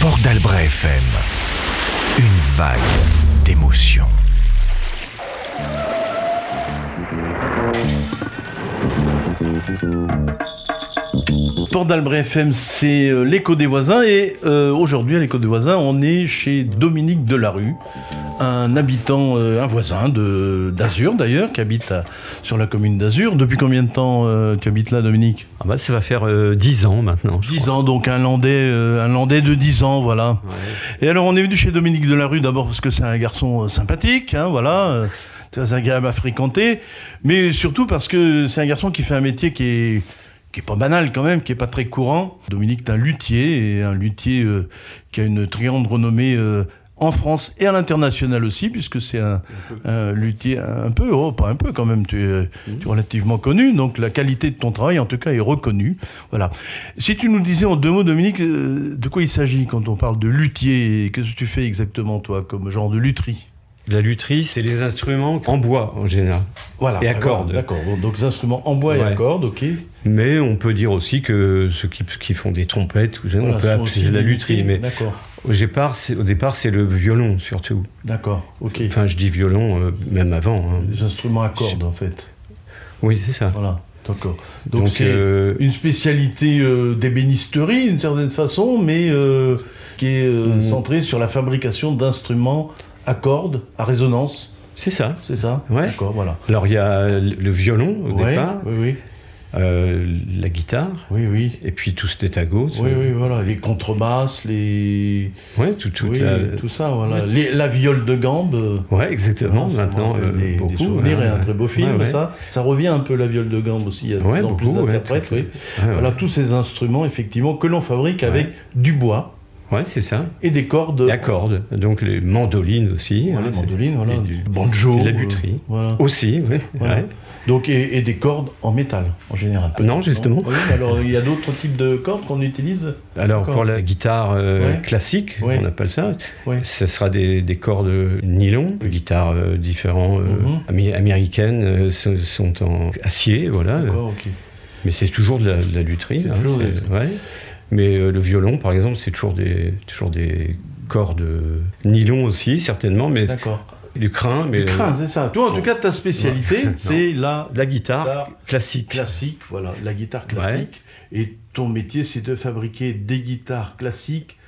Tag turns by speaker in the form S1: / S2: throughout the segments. S1: Port d'Albret FM, une vague d'émotions.
S2: Port d'Albret FM, c'est euh, l'écho des voisins. Et euh, aujourd'hui, à l'écho des voisins, on est chez Dominique Delarue, un habitant, euh, un voisin de- d'Azur d'ailleurs, qui habite à- sur la commune d'Azur. Depuis combien de temps euh, tu habites là, Dominique
S3: Ah bah, ça va faire euh, 10 ans maintenant. je
S2: 10
S3: crois.
S2: ans, donc un landais, euh, un landais de 10 ans, voilà.
S3: Ouais.
S2: Et alors, on est venu chez Dominique Delarue d'abord parce que c'est un garçon euh, sympathique, hein, voilà. euh, C'est un gars à fréquenter, mais surtout parce que c'est un garçon qui fait un métier qui est qui est pas banal quand même, qui est pas très courant. Dominique est un luthier et un luthier euh, qui a une très grande renommée euh, en France et à l'international aussi, puisque c'est un, un luthier Euh, un peu, oh, pas un peu quand même, tu es,
S3: Mmh.
S2: euh, tu es relativement connu, donc la qualité de ton travail en tout cas est reconnue. Voilà. Si tu nous disais en deux mots, Dominique, euh, de quoi il s'agit quand on parle de luthier et Qu'est-ce que tu fais exactement, toi, comme genre de lutherie
S3: La lutherie, c'est les instruments en bois en général.
S2: Voilà.
S3: Et à cordes.
S2: D'accord. Donc, donc, des instruments en bois et à
S3: Ouais.
S2: cordes, ok.
S3: Mais on peut dire aussi que ceux qui, qui font des trompettes, tout ça,
S2: Voilà,
S3: on peut
S2: sont
S3: appeler
S2: aussi
S3: ça la
S2: des
S3: lutherie.
S2: luthiers.
S3: Mais
S2: D'accord.
S3: au départ, c'est, au départ, c'est le violon surtout.
S2: D'accord. Ok.
S3: Enfin, je dis violon euh, même avant. hein.
S2: Des instruments à cordes, en fait.
S3: Oui, c'est ça.
S2: Voilà. D'accord. Donc,
S3: Donc,
S2: c'est
S3: euh,
S2: une spécialité euh, d'ébénisterie, d'une certaine façon, mais euh, qui est euh,
S3: Mm.
S2: centrée sur la fabrication d'instruments à cordes, à résonance.
S3: c'est ça.
S2: C'est ça
S3: Ouais.
S2: D'accord, voilà.
S3: Alors il y a le violon au
S2: Ouais,
S3: départ,
S2: oui, oui.
S3: euh, la guitare,
S2: Oui, oui.
S3: et puis tout ce détago.
S2: Oui, oui, voilà. Les contrebasses, les.
S3: Ouais, tout, toute
S2: oui,
S3: la-
S2: tout ça, voilà. Les- la viole de gambe. euh,
S3: Ouais, exactement.
S2: ça me
S3: maintenant,
S2: rappelle
S3: euh,
S2: des, des
S3: beaucoup.
S2: souvenirs
S3: hein.
S2: et un très beau film,
S3: Ouais, ouais.
S2: ça. Ça revient un peu la viole de gambe aussi. Il y a de
S3: Ouais,
S2: plus en plus
S3: beaucoup, ouais,
S2: d'interprètes,
S3: tout à
S2: oui.
S3: Ouais, ouais.
S2: Voilà, tous ces instruments, effectivement, que l'on fabrique avec du bois
S3: Ouais, c'est ça.
S2: et des cordes.
S3: La corde, donc les mandolines aussi.
S2: Voilà,
S3: hein, c'est-
S2: mandoline, voilà.
S3: et du-
S2: banjo.
S3: c'est de la
S2: euh,
S3: lutherie.
S2: voilà.
S3: Aussi, oui.
S2: Voilà.
S3: ouais.
S2: Donc, et, et des cordes en métal, en général.
S3: Non, justement.
S2: Oui, alors, il y a d'autres types de cordes qu'on utilise
S3: Alors
S2: D'accord.
S3: pour la guitare euh,
S2: Ouais.
S3: classique,
S2: Ouais.
S3: on appelle ça,
S2: Ouais.
S3: ce sera des, des cordes nylon, les guitares euh, différentes euh,
S2: Mhm.
S3: amé- américaines euh, sont, sont en acier, voilà.
S2: D'accord, ok.
S3: Mais c'est toujours de la, de la lutherie.
S2: C'est toujours de la
S3: c'est-
S2: lutherie.
S3: ouais. Mais euh, le violon, par exemple, c'est toujours des, toujours des cordes euh, nylon aussi, certainement, mais
S2: D'accord.
S3: du crin, mais
S2: Tu crains,
S3: euh,
S2: c'est ça. Toi, en tout cas, ta spécialité,
S3: Non.
S2: c'est la
S3: la guitare
S2: Guitare
S3: classique.
S2: classique, voilà, la guitare classique. Et ton métier, c'est de fabriquer des guitares classiques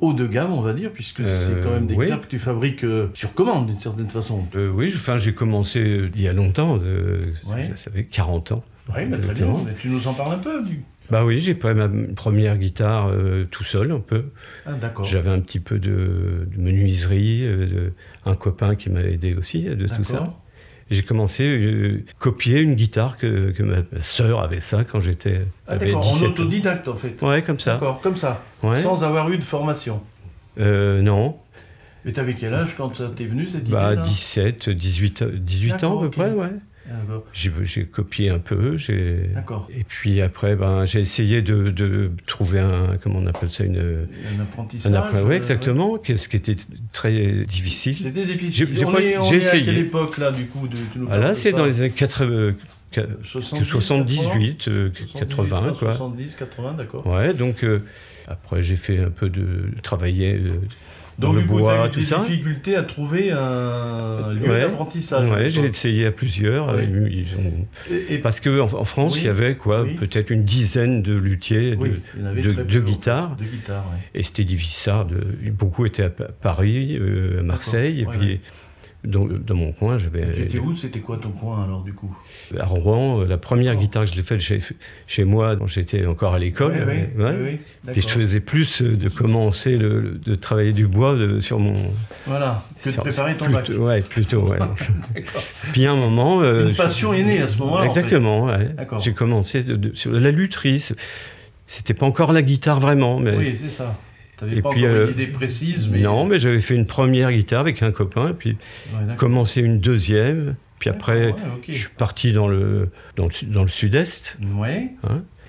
S2: haut de gamme, on va dire, puisque c'est
S3: Euh,
S2: quand même des
S3: oui.
S2: guitares que tu fabriques euh, sur commande, d'une certaine façon.
S3: Euh, oui, je- enfin, j'ai commencé euh, il y a longtemps, euh,
S2: Ouais.
S3: ça fait 40 ans.
S2: Oui, mais très bien.
S3: Exactement.
S2: Mais tu nous en parles un peu du...
S3: Bah oui, j'ai pas ma première guitare euh, tout seul un peu.
S2: Ah, d'accord.
S3: J'avais un petit peu de, de menuiserie, euh, de- un copain qui m'a aidé aussi euh, de tout ça.
S2: D'accord.
S3: J'ai commencé euh, copier une guitare que, que ma, ma sœur avait ça quand j'étais
S2: Ah,
S3: j'avais
S2: d'accord, en
S3: 17 ans.
S2: autodidacte, en fait.
S3: Ouais, comme ça.
S2: D'accord, comme ça,
S3: Ouais.
S2: sans avoir eu de formation.
S3: Euh, non,
S2: Mais t'avais quel âge quand ça t'es venu, cette
S3: bah
S2: idée-là
S3: 17, 18, euh, 18 ans à peu
S2: hein. D'accord,
S3: près,
S2: ok.
S3: ouais.
S2: Ah, d'accord.
S3: J'ai j'ai copié un peu, j'ai
S2: D'accord.
S3: Et puis après, ben, j'ai essayé de, de trouver un, comment on appelle ça, une,
S2: Un apprentissage.
S3: un appareil.
S2: euh,
S3: Oui,
S2: ouais.
S3: exactement, qui- ce qui était très difficile.
S2: C'était difficile.
S3: J'ai- j'ai
S2: on
S3: pas-
S2: est, on
S3: j'ai
S2: est à
S3: essayé.
S2: quelle époque, là, du coup de, tu nous
S3: Ah,
S2: parles
S3: là,
S2: de
S3: c'est
S2: ça
S3: dans les années 80, euh, qu-
S2: 70,
S3: 78, euh, 80, quoi.
S2: 70, 80, d'accord.
S3: Ouais, donc euh, après, j'ai fait un peu de travailler euh, dans
S2: Donc,
S3: le
S2: du coup,
S3: bois,
S2: t'as eu
S3: tout
S2: des
S3: ça.
S2: difficultés à trouver un lieu
S3: Ouais.
S2: d'apprentissage.
S3: Ouais, j'ai
S2: d'accord.
S3: essayé à plusieurs.
S2: Ouais.
S3: euh, ils ont-
S2: Et- et-
S3: Parce qu'en en en France,
S2: Oui,
S3: il y avait quoi,
S2: oui.
S3: peut-être une dizaine de luthiers, de-
S2: oui, il y en avait
S3: de-
S2: très
S3: de
S2: peu, en fait.
S3: guitares.
S2: De guitares, ouais.
S3: Et c'était difficile. de- Beaucoup étaient à Pa- Paris, euh, à Marseille, et
S2: ouais,
S3: puis Dans, dans mon coin,
S2: Et Tu
S3: j'avais
S2: étais où C'était quoi ton coin, alors, du coup
S3: à Rouen. euh, La première
S2: D'accord.
S3: guitare que je l'ai faite chez, chez moi, quand j'étais encore à l'école.
S2: Ouais, ouais,
S3: euh, ouais.
S2: ouais, ouais,
S3: Puis
S2: d'accord.
S3: je faisais plus euh, de commencer le- le- de travailler du bois de- sur mon.
S2: Voilà, que de
S3: sur-
S2: préparer ton
S3: plutôt-
S2: bac.
S3: Ouais, plutôt, ouais. Puis à un moment. euh,
S2: Une
S3: je-
S2: passion est née à ce moment-là. en fait.
S3: Exactement, ouais.
S2: D'accord.
S3: J'ai commencé de- de- sur la lutherie. c'est- C'était pas encore la guitare vraiment, mais.
S2: Oui, c'est ça. T'avais
S3: Et
S2: pas
S3: puis,
S2: encore
S3: euh,
S2: une idée précise, mais.
S3: Non, mais j'avais fait une première guitare avec un copain, et puis
S2: Ouais, d'accord.
S3: commencé une deuxième, puis après,
S2: Ouais, Ah, ok.
S3: je suis parti dans le, dans le, dans le sud-est.
S2: Ouais.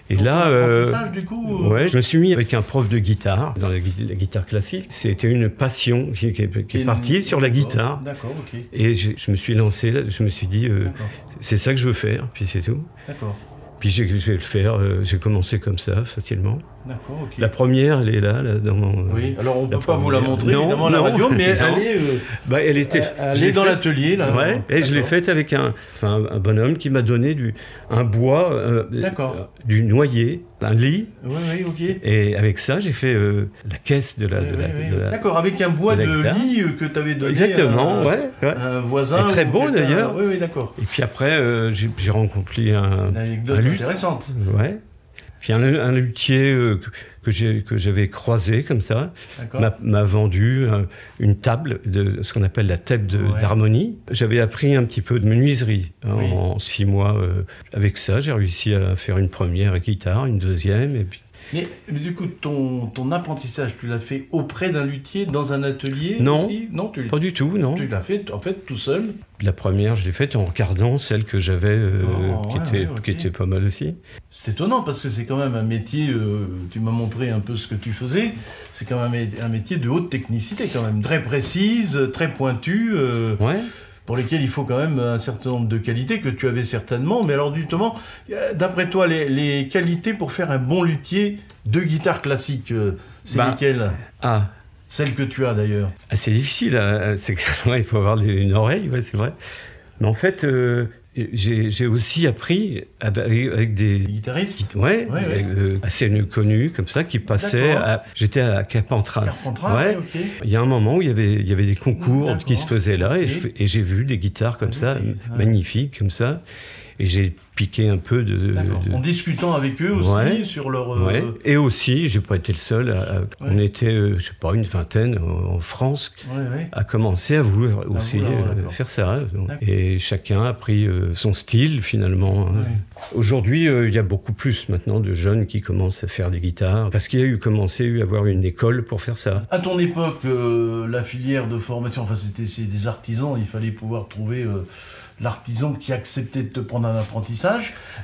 S3: Et
S2: Donc,
S3: là,
S2: ton
S3: euh,
S2: apprentissage, du coup. euh,
S3: ouais, je me suis mis avec un prof de guitare, dans la, gui- la guitare classique. C'était une passion qui, qui- qui
S2: qui
S3: est partie sur la guitare.
S2: D'accord, ok.
S3: Et je, je me suis lancé, là, je me suis dit, euh,
S2: D'accord,
S3: c'est ça que je veux faire, puis c'est tout.
S2: D'accord.
S3: Puis j'ai- je vais le faire, euh, j'ai commencé comme ça, facilement.
S2: D'accord, ok.
S3: La première, elle est là, là, dans mon-
S2: Oui, alors on ne peut
S3: la
S2: pas vous la
S3: première.
S2: montrer
S3: Non,
S2: évidemment à la
S3: non,
S2: radio, mais
S3: non.
S2: elle est, euh,
S3: Bah, elle était.
S2: elle
S3: je
S2: est
S3: l'ai
S2: dans
S3: faite-
S2: l'atelier là.
S3: Ouais, et je l'ai
S2: D'accord.
S3: faite avec un, enfin, un bonhomme qui m'a donné du, un bois, euh,
S2: D'accord.
S3: euh, du noyer, un lit,
S2: Oui, oui, ok.
S3: et avec ça j'ai fait euh, la caisse de la.
S2: Oui,
S3: de la-
S2: oui, oui.
S3: de la-
S2: D'accord, avec un bois
S3: de
S2: de,
S3: la guitare.
S2: lit euh, que tu avais donné.
S3: Exactement,
S2: à-
S3: ouais, ouais.
S2: à Un voisin.
S3: Et très
S2: ou
S3: beau,
S2: quelqu'un.
S3: d'ailleurs.
S2: Oui, oui, d'accord.
S3: Et puis après euh, j'ai j'ai rencontré un,
S2: Une anecdote
S3: un luth-
S2: intéressante.
S3: ouais. Puis un, un luthier euh, que- que j'ai- que j'avais croisé comme ça
S2: D'accord.
S3: m'a m'a vendu euh, une table de ce qu'on appelle la table de-
S2: Ouais.
S3: d'harmonie. J'avais appris un petit peu de menuiserie hein,
S2: Oui.
S3: en six mois. euh, avec ça, j'ai réussi à faire une première guitare, une deuxième, et puis
S2: Mais, mais du coup, ton, ton apprentissage, tu l'as fait auprès d'un luthier, dans un atelier
S3: Non.
S2: aussi Non, tu l'as-
S3: pas du tout, non.
S2: tu l'as fait en fait tout seul.
S3: La première, je l'ai faite en regardant celle que j'avais, euh,
S2: Oh,
S3: qui,
S2: ouais,
S3: était,
S2: ouais, ok.
S3: qui était pas mal aussi.
S2: C'est étonnant parce que c'est quand même un métier, euh, tu m'as montré un peu ce que tu faisais, c'est quand même un mé- un métier de haute technicité quand même, très précise, très pointue, euh,
S3: Ouais.
S2: pour lesquels il faut quand même un certain nombre de qualités que tu avais certainement. Mais alors justement, euh, d'après toi, les, les qualités pour faire un bon luthier de guitare classique, euh, c'est
S3: Bah.
S2: lesquelles
S3: Ah,
S2: Celles que tu as d'ailleurs.
S3: Ah, c'est difficile. hein. C'est que- ouais, il faut avoir des- une oreille, ouais, c'est vrai. Mais en fait, euh, j'ai j'ai aussi appris avec, avec des
S2: Les guitaristes
S3: Ouais,
S2: Ouais, ouais.
S3: avec, euh, assez connus comme ça, qui passaient.
S2: D'accord.
S3: à- J'étais à Carpentras.
S2: Carpentras,
S3: ouais.
S2: ouais, ok.
S3: Il y a un moment où il y avait, il y avait des concours
S2: D'accord.
S3: qui se faisaient là, et
S2: Ok.
S3: je fais- et j'ai vu des guitares comme ça,
S2: Ok, ouais.
S3: magnifiques comme ça, et j'ai piqué un peu de.
S2: D'accord.
S3: de-
S2: En discutant avec eux aussi
S3: euh, Ouais.
S2: sur leur... euh,
S3: Ouais. Et aussi, j'ai pas été le seul. à- à- On
S2: Ouais.
S3: était, euh, je sais pas, une vingtaine en en France
S2: ouais, ouais.
S3: a commencé à vouloir aussi
S2: vouloir,
S3: euh,
S2: d'accord.
S3: faire ça. Donc,
S2: D'accord.
S3: Et chacun a pris euh, son style finalement. hein. Aujourd'hui, euh, il y a beaucoup plus maintenant de jeunes qui commencent à faire des guitares parce qu'il y a eu commencé à avoir une école pour faire ça.
S2: À ton époque, euh, la filière de formation, enfin c'était c'est des artisans, il fallait pouvoir trouver euh, l'artisan qui acceptait de te prendre un apprentissage.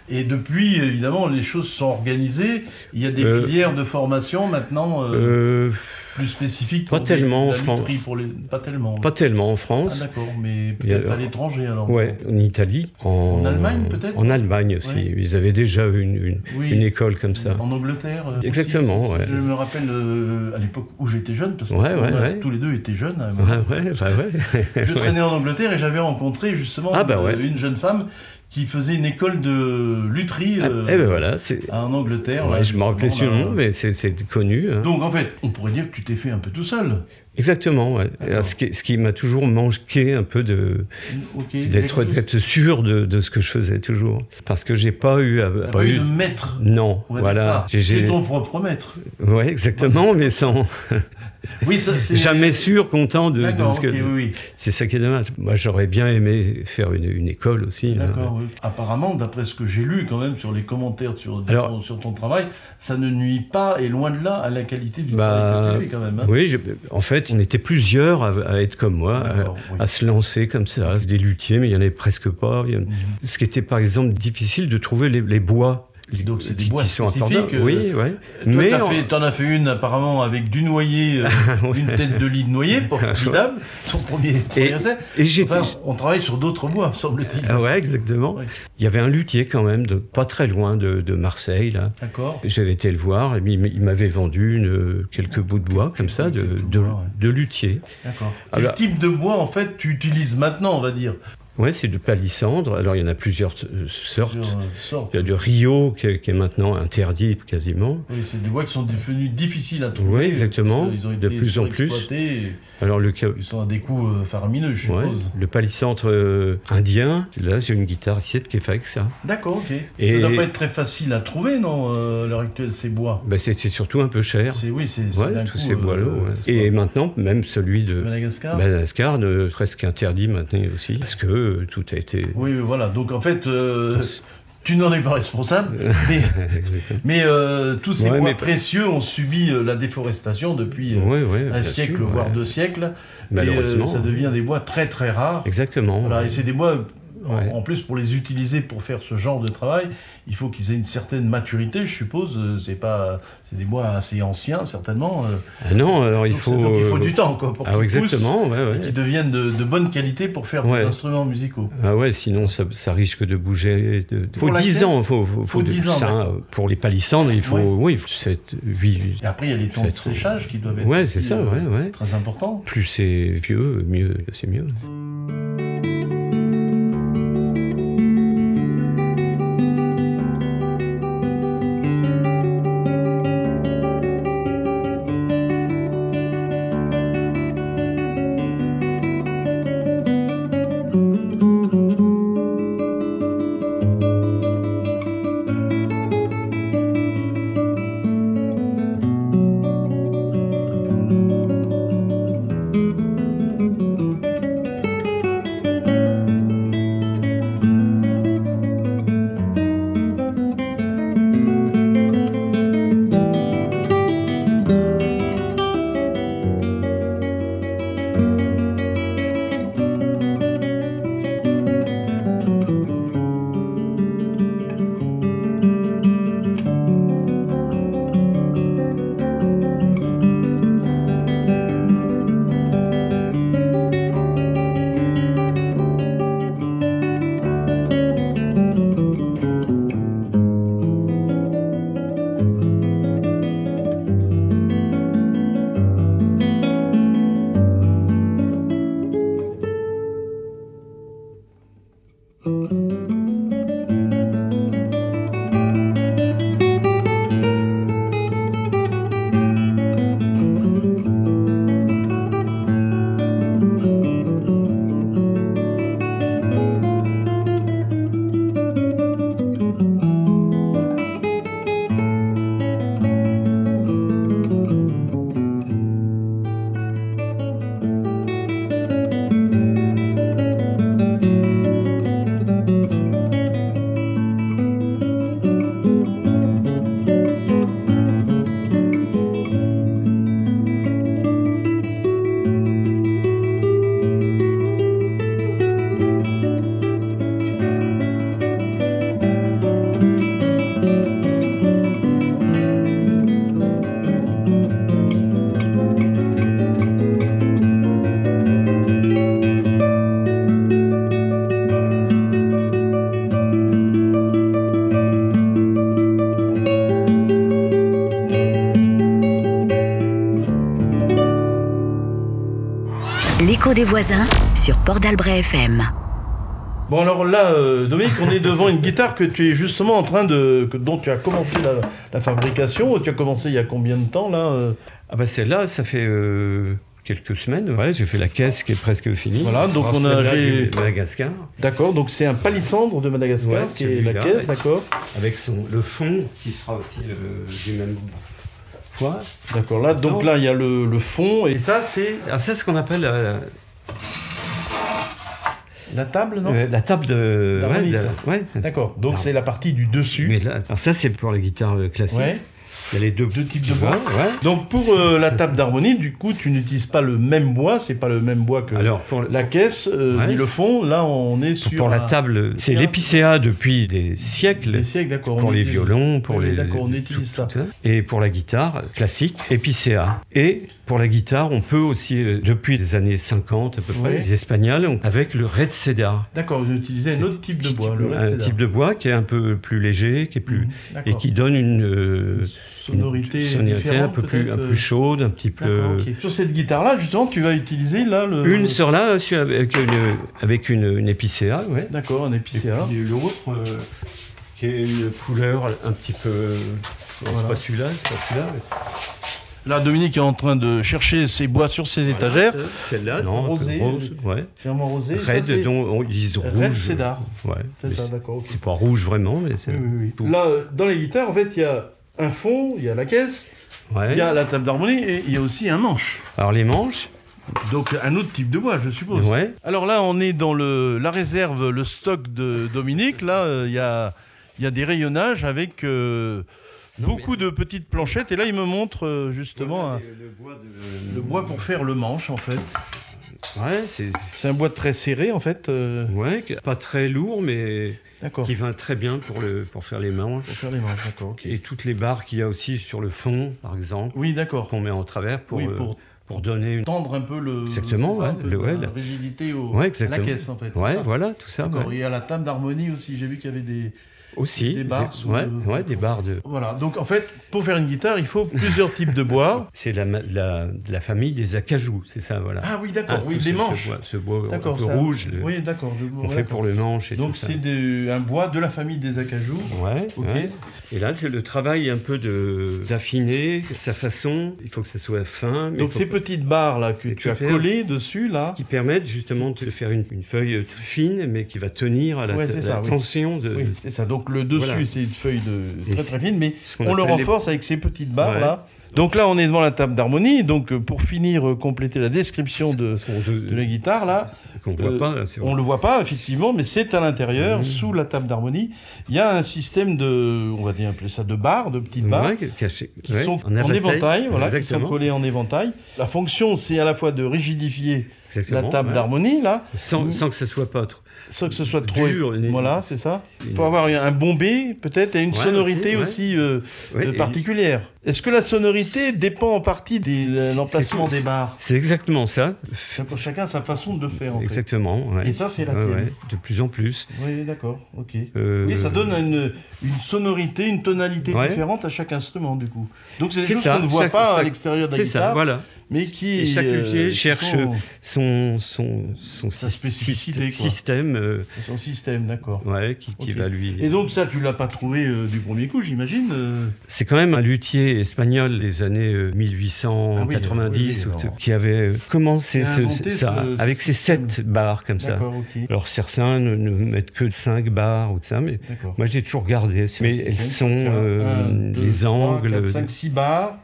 S2: Et depuis, évidemment, les choses sont organisées. Il y a des
S3: Euh,
S2: filières de formation maintenant euh,
S3: Euh,
S2: plus spécifiques.
S3: pas
S2: des-
S3: tellement
S2: la
S3: en France.
S2: lutherie pour les- Pas tellement.
S3: pas tellement en
S2: Ah,
S3: France.
S2: d'accord, mais
S3: Il y a-
S2: peut-être à l'étranger alors.
S3: Ouais, en Italie, en,
S2: En Allemagne, peut-être
S3: En Allemagne aussi,
S2: Ouais.
S3: ils avaient déjà une, une-
S2: Oui.
S3: une école comme ça.
S2: En Angleterre. euh,
S3: Exactement,
S2: aussi,
S3: ouais.
S2: Je me rappelle euh, à l'époque où j'étais jeune, parce que
S3: Ouais, ouais,
S2: on a-
S3: ouais.
S2: tous les deux étaient jeunes. à un moment
S3: Ouais, ouais, bah ouais.
S2: Je traînais en Angleterre et j'avais rencontré justement
S3: Ah bah
S2: euh,
S3: ouais.
S2: une jeune femme qui faisait une école de lutherie
S3: Ah,
S2: euh,
S3: eh ben voilà, c'est.
S2: en Angleterre.
S3: Ouais,
S2: là,
S3: je me rappelais sur
S2: justement,
S3: le
S2: Ah là.
S3: nom, mais c'est- c'est connu. hein.
S2: Donc en fait, on pourrait dire que tu t'es fait un peu tout seul.
S3: Exactement. ouais.
S2: D'accord.
S3: Alors, Ce qui, ce qui m'a toujours manqué un peu de
S2: Mm, Ok.
S3: d'être
S2: Quelque chose-
S3: d'être sûr de, de ce que je faisais toujours, parce que j'ai pas eu à-
S2: T'as
S3: pas
S2: pas eu
S3: eu-
S2: de maître.
S3: non
S2: On va
S3: voilà
S2: dire ça.
S3: j'ai
S2: C'est
S3: j'ai-
S2: ton propre maître.
S3: ouais exactement mais sans
S2: Oui, ça c'est.
S3: jamais sûr content de, de
S2: D'accord,
S3: ce que
S2: ok, oui, oui.
S3: c'est ça qui est dommage. Moi j'aurais bien aimé faire une, une école aussi. hein.
S2: D'accord, oui. Apparemment, d'après ce que j'ai lu quand même sur les commentaires sur,
S3: Alors-
S2: ton, sur ton travail, ça ne nuit pas et loin de là à la qualité du
S3: Bah,
S2: travail que tu fais quand même. hein.
S3: Oui, je- en fait, on était plusieurs à, à être comme moi, à,
S2: D'accord, oui.
S3: à se lancer comme ça. Des luthiers, mais il y en avait presque pas. Il y en-
S2: Mhm.
S3: Ce qui était, par exemple, difficile de trouver les, les bois.
S2: Donc, c'est des
S3: qui-
S2: bois
S3: qui sont
S2: spécifiques,
S3: abordables.
S2: euh,
S3: Oui, ouais.
S2: Toi,
S3: mais Ah,
S2: t'as
S3: en-
S2: fait- t'en as fait une apparemment avec du noyer, euh, une tête de lit de noyer, formidable, son premier, premier essai.
S3: et j'étais.
S2: Enfin, on travaille sur d'autres bois, me semble-t-il.
S3: Ah ouais, exactement.
S2: Ouais.
S3: Il y avait un luthier quand même, de, pas très loin de, de Marseille, là.
S2: D'accord.
S3: J'avais été le voir, et il m- il m'avait vendu une- quelques bouts de bois, comme ça, de,
S2: Quelques bouts de
S3: de,
S2: bois, ouais.
S3: de luthier.
S2: D'accord.
S3: Ah
S2: Quel
S3: bah-
S2: type de bois, en fait, tu utilises maintenant, on va dire
S3: Ouais, c'est de palissandre. Alors, il y en a plusieurs euh, sortes.
S2: Sur, euh, sorte.
S3: Il y a du Rio qui est, qui est maintenant interdit quasiment.
S2: Oui, c'est des bois qui sont devenus difficiles à trouver.
S3: Oui, exactement.
S2: parce qu'ils ont été
S3: De plus en plus.
S2: surexploités et
S3: Alors le, ca-
S2: Ils sont à des coûts euh, faramineux, je
S3: ouais,
S2: suppose.
S3: le palissandre euh, indien, là j'ai une guitare ici qui est faite avec ça.
S2: D'accord, ok.
S3: Et-
S2: Ça doit pas être très facile à trouver, non, euh, à l'heure actuelle, ces bois
S3: Bah, c'est c'est surtout un peu cher.
S2: C'est oui, c'est c'est
S3: Ouais,
S2: d'un
S3: tous
S2: coup,
S3: ces
S2: euh,
S3: bois-là. ouais. Et euh, bah, maintenant, même celui de
S2: Madagascar. Bah,
S3: Madagascar, ne- presque interdit maintenant aussi, parce que euh, tout a été.
S2: Oui, oui, voilà. Donc en fait, euh, tu n'en es pas responsable, mais, mais, euh, tous ces
S3: Euh. Ouais,
S2: bois
S3: mais-
S2: précieux ont subi euh, la déforestation depuis euh,
S3: Ouais, ouais, bien
S2: un
S3: sûr,
S2: siècle,
S3: ouais.
S2: voire deux siècles. Et euh,
S3: Malheureusement.
S2: ça devient des bois très très rares.
S3: Exactement.
S2: Voilà,
S3: ouais.
S2: et c'est des bois
S3: Ouais.
S2: En plus, pour les utiliser pour faire ce genre de travail, il faut qu'ils aient une certaine maturité, je suppose. Euh, C'est pas, c'est des bois assez anciens, certainement. euh.
S3: Ah non, alors il
S2: Donc,
S3: faut.
S2: c'est- donc, il faut
S3: euh,
S2: du temps, quoi, pour
S3: Ah,
S2: qu'ils
S3: exactement, ouais,
S2: poussent
S3: ouais.
S2: et qu'ils deviennent de, de bonne qualité pour faire
S3: Ouais.
S2: des instruments musicaux.
S3: Ah ouais, sinon ça, ça risque de bouger. De, de-
S2: Pour
S3: faut
S2: la
S3: 10
S2: caisse,
S3: ans, faut, faut,
S2: faut
S3: de-
S2: 10 ans,
S3: ça,
S2: d'accord.
S3: euh, pour les palissandres, il faut,
S2: Ouais.
S3: oui, il faut 7, 8.
S2: Et après, il y a les temps de
S3: Peut-être.
S2: séchage qui doivent être
S3: Ouais, c'est
S2: aussi,
S3: ça,
S2: euh,
S3: ouais, ouais.
S2: très importants.
S3: Plus c'est vieux, mieux c'est mieux.
S4: L'écho des voisins sur Port d'Albret FM.
S2: Bon alors là, euh, Dominique, on est devant une guitare que tu es justement en train de, que- dont tu as commencé la, la fabrication. Tu as commencé il y a combien de temps là euh
S3: Ah bah celle-là, ça fait euh, quelques semaines. Ouais, j'ai fait la caisse qui est presque finie.
S2: Voilà, donc
S3: Alors,
S2: on a-
S3: celle-là,
S2: j'ai-
S3: du Madagascar
S2: D'accord, donc c'est un palissandre de Madagascar
S3: Ouais,
S2: qui est la
S3: celui-là,
S2: caisse,
S3: ouais.
S2: d'accord.
S3: avec son le fond qui sera aussi euh, du même poids.
S2: D'accord, là, donc
S3: Non.
S2: là, il y a le, le fond et
S3: Et ça c'est ah, ça, c'est ce qu'on appelle la,
S2: la table, non
S3: la- la table de
S2: D'harmonie,
S3: ouais, de-
S2: ça.
S3: ouais.
S2: D'accord, donc
S3: Ah.
S2: c'est la partie du
S3: Mais
S2: dessus.
S3: là, alors ça c'est pour la guitare euh, classique.
S2: Ouais.
S3: Il y a les deux,
S2: Deux types
S3: petits
S2: de bois.
S3: ouais.
S2: Donc pour euh, la table d'harmonie, du coup, tu n'utilises pas le même bois, c'est pas le même bois que
S3: Alors pour la,
S2: Euh, la caisse euh,
S3: Ouais.
S2: ni le fond. Là, on est sur
S3: pour la
S2: un-
S3: table, c'est
S2: Tiens.
S3: l'épicéa depuis des
S2: des
S3: siècles.
S2: siècles, d'accord.
S3: Pour
S2: on
S3: les
S2: utilise-
S3: violons, pour
S2: Oui,
S3: les.
S2: d'accord, on
S3: tout-
S2: utilise
S3: tout
S2: ça.
S3: Et pour la guitare classique, épicéa. Et pour la guitare, on peut aussi, euh, depuis les années 50 à peu près,
S2: Oui.
S3: les Espagnols, ont- avec le red cedar.
S2: D'accord, vous utilisez un autre type de bois, le
S3: un
S2: red cedar. Mm.
S3: type de bois qui est un peu plus léger, qui est plus. Et
S2: D'accord.
S3: qui donne une, euh,
S2: sonorité,
S3: une sonorité un
S2: différente,
S3: peu plus, un
S2: peut-être, euh,
S3: peu chaude, un petit peu.
S2: D'accord, ok. Sur cette guitare-là, justement, tu vas utiliser là le.
S3: Une sur là, euh, sur- avec une, avec une, une épicéa, ouais.
S2: D'accord, un hein.
S3: Et puis
S2: épicéa.
S3: l'autre, euh, qui est une couleur un petit peu. non, C'est pas celui-là, c'est pas celui-là. mais-
S2: Là, Dominique est en train de chercher ses bois sur ses étagères.
S3: Voilà, ce- Celle-là, non, un peu
S2: rosé,
S3: rose, ouais.
S2: Germain Rosé. ça,
S3: Red,
S2: c'est-
S3: dont on, ils disent rouge.
S2: Red Cédar.
S3: Ouais.
S2: C'est
S3: mais
S2: ça, d'accord. ok.
S3: c'est pas rouge vraiment, mais c'est.
S2: Oui, oui,
S3: pour-
S2: oui. Là, euh, dans les guitares, en fait, il y a un fond, il y a la caisse,
S3: Ouais.
S2: il y a la table d'harmonie et il y a aussi un manche.
S3: Alors les manches,
S2: Donc un autre type de bois, je suppose.
S3: ouais.
S2: Alors là, on est dans le, la réserve, le stock de Dominique. Là, euh, il y, a, il y a des rayonnages avec euh, beaucoup de petites planchettes.
S3: Ah.
S2: Et là, il me montre euh, justement un-
S3: Le bois de.
S2: le bois pour faire le manche, en fait.
S3: Ouais, c'est
S2: C'est un bois très serré en fait. euh,
S3: ouais, pas très lourd, mais
S2: D'accord.
S3: qui va très bien pour, le, pour faire les
S2: Pour
S3: manches.
S2: faire les manches, d'accord. ok.
S3: Et toutes les barres qu'il y a aussi sur le fond, par exemple,
S2: Oui, d'accord.
S3: qu'on met en travers pour,
S2: Oui,
S3: euh,
S2: pour-
S3: pour... donner une.
S2: Tendre un peu le.
S3: Exactement,
S2: c'est ça, un
S3: ouais,
S2: peu
S3: le- ouais,
S2: la
S3: le-
S2: rigidité au-
S3: Ouais,
S2: à la
S3: exactement.
S2: caisse en fait. c'est
S3: Ouais,
S2: ça
S3: voilà, tout ça.
S2: D'accord.
S3: ouais.
S2: Et à la table d'harmonie aussi, j'ai vu qu'il y avait des.
S3: Aussi.
S2: des barres sous
S3: ouais,
S2: le-
S3: ouais, des barres de.
S2: Voilà. Donc en fait, pour faire une guitare, il faut plusieurs types de bois.
S3: C'est la, ma- la, de la famille des acajou, c'est ça, voilà.
S2: Ah oui, d'accord.
S3: Ah,
S2: oui,
S3: tout ce-
S2: les
S3: ce
S2: manches.
S3: bois- Ce bois,
S2: D'accord.
S3: un peu
S2: ça-
S3: rouge, le-
S2: Oui, d'accord. je-
S3: qu'on
S2: voilà.
S3: fait pour le manche et
S2: Donc
S3: tout ça.
S2: c'est des- un bois de la famille des acajou.
S3: Ouais,
S2: Ok.
S3: ouais. Et là, c'est le travail un peu de d'affiner sa façon. Il faut que ça soit fin, mais
S2: Donc
S3: faut
S2: ces petites barres là que
S3: C'est
S2: tu as
S3: super.
S2: collées dessus là.
S3: qui permettent justement de faire une, une feuille très fine, mais qui va tenir à la,
S2: Ouais, c'est
S3: à la
S2: ça, oui.
S3: tension de
S2: Oui, c'est ça. Donc le dessus,
S3: Voilà.
S2: c'est une feuille de
S3: Et
S2: très
S3: c'est-
S2: très fine, mais
S3: ce qu'on
S2: on le
S3: appelle les-
S2: renforce avec ces petites barres
S3: Ouais.
S2: là. Donc là, on est devant la table d'harmonie. Donc euh, pour finir, euh, compléter la description de,
S3: ce qu'on de-
S2: de la guitare là,
S3: qu'on voit
S2: euh,
S3: pas. hein, là, c'est
S2: on
S3: vrai.
S2: le voit pas effectivement, mais c'est à l'intérieur,
S3: Mhm.
S2: sous la table d'harmonie. Il y a un système de, on va dire appeler ça de barres, de petites barres.
S3: Ouais, caché.
S2: qui
S3: Ouais,
S2: sont en éventail, voilà, qui sont
S3: Exactement.
S2: collés en éventail. La fonction, c'est à la fois de rigidifier la
S3: Exactement,
S2: table
S3: ouais.
S2: d'harmonie, là,
S3: Sans, sans que ça soit pas trop.
S2: sans que ce soit trop...
S3: Dur, une-
S2: voilà, c'est ça. Il
S3: une-
S2: faut avoir un bon B, peut-être, et une
S3: Ouais,
S2: sonorité aussi,
S3: aussi,
S2: euh,
S3: Ouais,
S2: euh,
S3: et-
S2: particulière. Est-ce que la sonorité dépend en partie de
S3: C'est-
S2: l'emplacement
S3: c'est-
S2: des barres
S3: C'est exactement ça.
S2: Chaque- Chacun sa façon de le faire, en fait.
S3: Exactement. ouais.
S2: Et ça, c'est la
S3: Ouais,
S2: tienne.
S3: ouais, De plus en plus.
S2: Oui, d'accord, ok.
S3: Euh,
S2: Oui, ça donne une, une sonorité, une tonalité
S3: Ouais.
S2: différente à chaque instrument, du coup. Donc, c'est des
S3: C'est
S2: choses
S3: ça,
S2: qu'on ne voit
S3: chaque-
S2: pas à
S3: chaque-
S2: l'extérieur de la
S3: C'est
S2: guitare,
S3: ça, voilà.
S2: mais qui...
S3: Et chaque
S2: euh,
S3: luthier
S2: qui
S3: cherche
S2: sont-
S3: son, son, son
S2: Sa
S3: syst-
S2: spécificité, quoi.
S3: système euh,
S2: Son système, d'accord.
S3: ouais, qui, qui
S2: Ok.
S3: va lui.
S2: Et donc ça, tu l'as pas trouvé euh, du premier coup, j'imagine euh,
S3: C'est quand même un luthier espagnol des années euh, 1890
S2: Ah oui, oui, oui,
S3: ou-
S2: alors.
S3: qui avait euh, commencé
S2: Qui a
S3: ce-
S2: inventé
S3: ça
S2: ce- ce
S3: avec ses
S2: système.
S3: sept barres comme ça.
S2: D'accord, ok.
S3: Alors certains ne, ne mettent que cinq barres ou de ça, mais
S2: D'accord.
S3: moi j'ai toujours gardé. Mais elles sont euh, les angles.
S2: 5, 6 barres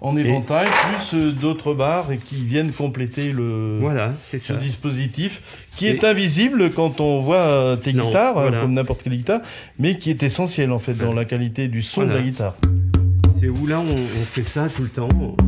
S2: en éventail, plus euh, d'autres barres et qui viennent compléter le...
S3: Voilà, c'est
S2: Ce
S3: ça.
S2: dispositif qui
S3: Et-
S2: est invisible quand on voit euh, tes
S3: Non,
S2: guitares, euh,
S3: voilà.
S2: comme n'importe quelle guitare, mais qui est essentiel en fait dans la qualité du son de
S3: Voilà.
S2: la guitare.
S3: C'est où là on, on fait ça tout le temps. euh,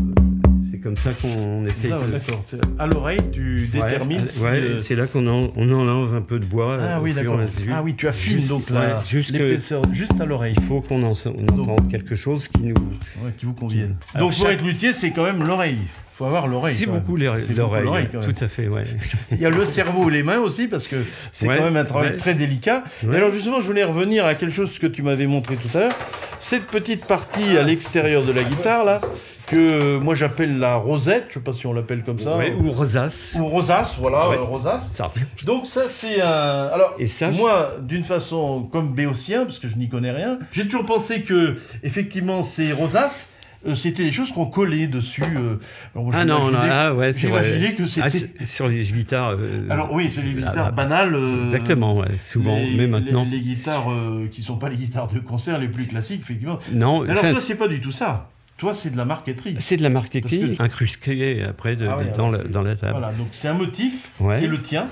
S3: C'est comme ça qu'on essaye.
S2: Ah ouais,
S3: de-
S2: D'accord. C'est- À l'oreille, tu
S3: Ouais,
S2: détermines
S3: ah,
S2: si,
S3: ouais,
S2: euh,
S3: c'est là qu'on en, on enlève un peu de bois.
S2: Ah
S3: euh,
S2: oui,
S3: au fur et
S2: d'accord.
S3: à mesure.
S2: Ah oui, tu affines
S3: Juste-
S2: donc la-
S3: ouais, jusque-
S2: l'épaisseur juste à l'oreille.
S3: Il faut qu'on en, on entende quelque chose qui nous.
S2: Ouais, qui vous conviennent.
S3: Alors,
S2: donc pour
S3: chaque-
S2: être luthier, c'est quand même l'oreille. faut avoir l'oreille.
S3: C'est
S2: quand même.
S3: beaucoup les-
S2: C'est beaucoup
S3: l'oreille.
S2: l'oreille,
S3: ouais,
S2: quand même.
S3: Tout à fait, ouais.
S2: Il y a le cerveau et les mains aussi, parce que c'est
S3: Ouais,
S2: quand même un travail
S3: ouais.
S2: très délicat. Et
S3: Ouais.
S2: alors justement, je voulais revenir à quelque chose que tu m'avais montré tout à l'heure. Cette petite partie à l'extérieur de la guitare, là, que euh, moi j'appelle la rosette, je sais pas si on l'appelle comme ça.
S3: Ouais, ou rosace.
S2: Ou rosace, voilà,
S3: Ouais.
S2: euh, rosace.
S3: Ça.
S2: Donc ça c'est un... Alors
S3: Et ça, je-
S2: moi, d'une façon comme béotien, parce que je n'y connais rien, j'ai toujours pensé que effectivement ces rosaces, euh, c'était des choses qu'on collait dessus. euh. Alors, moi,
S3: Ah non, non,
S2: j'imaginais-
S3: ah ouais, c'est
S2: j'imaginais
S3: vrai.
S2: que c'était-
S3: Ah, c'est- sur les guitares. euh,
S2: Alors oui, c'est les
S3: ah,
S2: guitares
S3: bah,
S2: banales. euh,
S3: Exactement, ouais, souvent,
S2: les-
S3: mais maintenant.
S2: Les, les guitares euh, qui sont pas les guitares de concert les plus classiques, effectivement.
S3: Non,
S2: Alors
S3: enfin,
S2: toi, c'est pas du tout ça. Toi, c'est de la marqueterie.
S3: Bah, c'est de la marque
S2: Parce que-
S3: écrite, incrustée après de-
S2: Ah ouais,
S3: dans,
S2: alors
S3: la,
S2: c'est-
S3: dans la table.
S2: Voilà, donc c'est un motif
S3: Ouais.
S2: qui est le tien,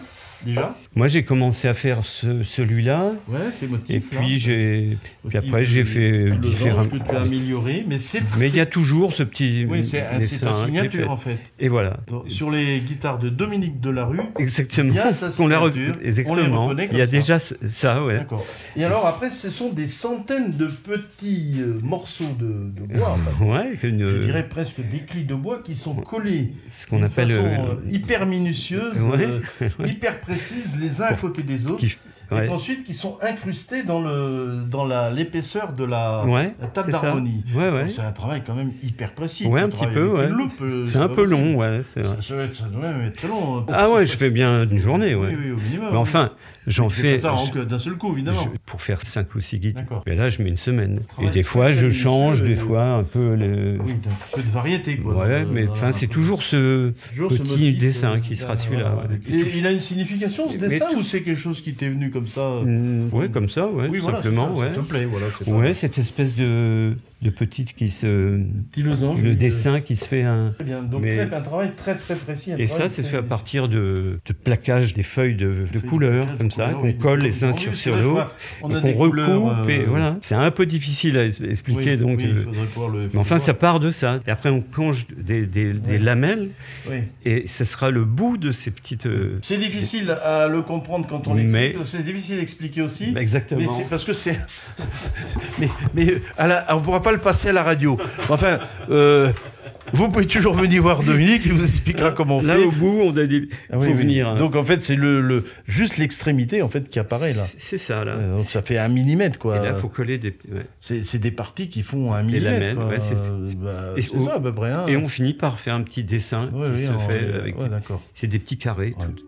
S2: déjà.
S3: Moi, j'ai commencé à faire ce- celui-là,
S2: Ouais, c'est motif. hein.
S3: et puis j'ai, puis après j'ai fait
S2: le
S3: différents.
S2: que tu as amélioré, mais c'est...
S3: Mais il y a toujours ce petit.
S2: Oui, c'est un- c'est
S3: dessin
S2: ta
S3: qui est fait.
S2: signature, en fait.
S3: Et voilà.
S2: Donc, Sur les guitares de Dominique Delarue,
S3: Exactement.
S2: Il y a sa
S3: Qu'on la
S2: signature,
S3: rec-
S2: on les
S3: Exactement.
S2: reconnaît
S3: Il y a
S2: comme ça.
S3: déjà ce- ça, ouais.
S2: D'accord. Et alors après, ce sont des centaines de petits euh, morceaux de, de bois,
S3: Euh,
S2: enfin,
S3: Ouais, que une-
S2: je dirais presque des clés de bois qui sont collés
S3: ce qu'on
S2: d'une
S3: appelle.
S2: façon,
S3: euh,
S2: euh, hyper minutieuse,
S3: Ouais.
S2: euh, hyper précise, les uns à côté des autres,
S3: qui-
S2: et
S3: ouais.
S2: ensuite qui sont incrustés dans le dans la l'épaisseur de la,
S3: Ouais,
S2: la table
S3: c'est ça.
S2: d'harmonie.
S3: Ouais,
S2: Donc
S3: ouais.
S2: C'est un travail quand même hyper précis.
S3: Ouais,
S2: Faut
S3: un petit
S2: travailler
S3: peu,
S2: avec une
S3: ouais.
S2: loupe, euh,
S3: C'est
S2: c'est
S3: un
S2: pas
S3: peu
S2: possible.
S3: long, ouais. c'est vrai.
S2: Ça, ça doit être- ça doit même être très long. hein, pour que
S3: Ah
S2: ça
S3: ouais,
S2: soit-
S3: je fais bien une journée, ouais.
S2: Oui, oui, au minimum. oui.
S3: Mais enfin, j'en
S2: Tu
S3: fais.
S2: pas ça en- que d'un seul coup, évidemment.
S3: je- pour faire cinq ou six guitares.
S2: D'accord.
S3: Mais là, je mets une semaine.
S2: Travail
S3: Et
S2: très,
S3: des fois,
S2: très
S3: je change,
S2: minutieux,
S3: des
S2: euh,
S3: fois, un peu le.
S2: Oui, t'as un peu de variété, quoi.
S3: Ouais,
S2: dans-
S3: mais
S2: dans la-
S3: enfin, c'est toujours ce.
S2: toujours ce
S3: petit
S2: motif,
S3: dessin
S2: euh,
S3: qui sera
S2: voilà,
S3: celui-là,
S2: voilà.
S3: ouais.
S2: Et il a une signification ce
S3: Mais
S2: dessin
S3: tout-
S2: ou c'est quelque chose qui t'est venu comme ça euh,
S3: Ouais, comme ça, ouais, tout
S2: voilà,
S3: simplement,
S2: c'est ça,
S3: ouais.
S2: ça te plaît, voilà, c'est ça.
S3: Ouais, cette espèce de, de petites qui se.
S2: Petit losange.
S3: Le dessin qui se fait un.
S2: euh, Très bien. Donc,
S3: Mais-
S2: très- un travail très très précis. un
S3: Et ça,
S2: travail
S3: c'est
S2: très-
S3: fait à partir de, de plaquages des feuilles de, de couleurs,
S2: plaquages
S3: comme
S2: de
S3: ça,
S2: couleurs,
S3: qu'on
S2: oui.
S3: colle les uns
S2: Oui,
S3: sur,
S2: c'est
S3: sur
S2: vrai, je vois.
S3: l'autre,
S2: On
S3: et
S2: a
S3: qu'on
S2: des
S3: recoupe.
S2: couleurs,
S3: et
S2: euh,
S3: voilà. C'est un peu difficile à es- expliquer,
S2: oui,
S3: donc.
S2: oui, il
S3: euh,
S2: faudrait pouvoir le-
S3: mais enfin,
S2: le
S3: ça
S2: voir.
S3: part de ça. Et après, on plonge des, des- des
S2: Ouais.
S3: lamelles,
S2: Oui.
S3: et ce sera le bout de ces petites. euh,
S2: C'est difficile à le comprendre quand on l'explique.
S3: Mais- Bah,
S2: C'est difficile à expliquer aussi. Mais
S3: Exactement.
S2: c'est parce que c'est. mais mais euh, à la- on ne pourra pas le passer à la radio. Enfin, euh, vous pouvez toujours venir voir Dominique, il vous expliquera comment on
S3: Là,
S2: fait.
S3: au bout, on a des.
S2: Ah oui,
S3: faut
S2: oui.
S3: venir. hein.
S2: Donc en fait, c'est le, le- juste l'extrémité en fait qui apparaît là.
S3: C'est c'est ça, là.
S2: Ouais, Donc euh, ça fait un millimètre quoi.
S3: Et là, il faut coller des. petits- ouais.
S2: C'est c'est des parties qui font un millimètre.
S3: lamelles,
S2: quoi.
S3: ouais, c'est-
S2: Euh, bah,
S3: Et-
S2: c'est ça à peu près. hein.
S3: Et on finit par faire un petit dessin
S2: Ouais,
S3: qui
S2: oui,
S3: se
S2: on-
S3: fait avec.
S2: ouais, d'accord.
S3: C'est des petits carrés.
S2: Ouais.
S3: tout.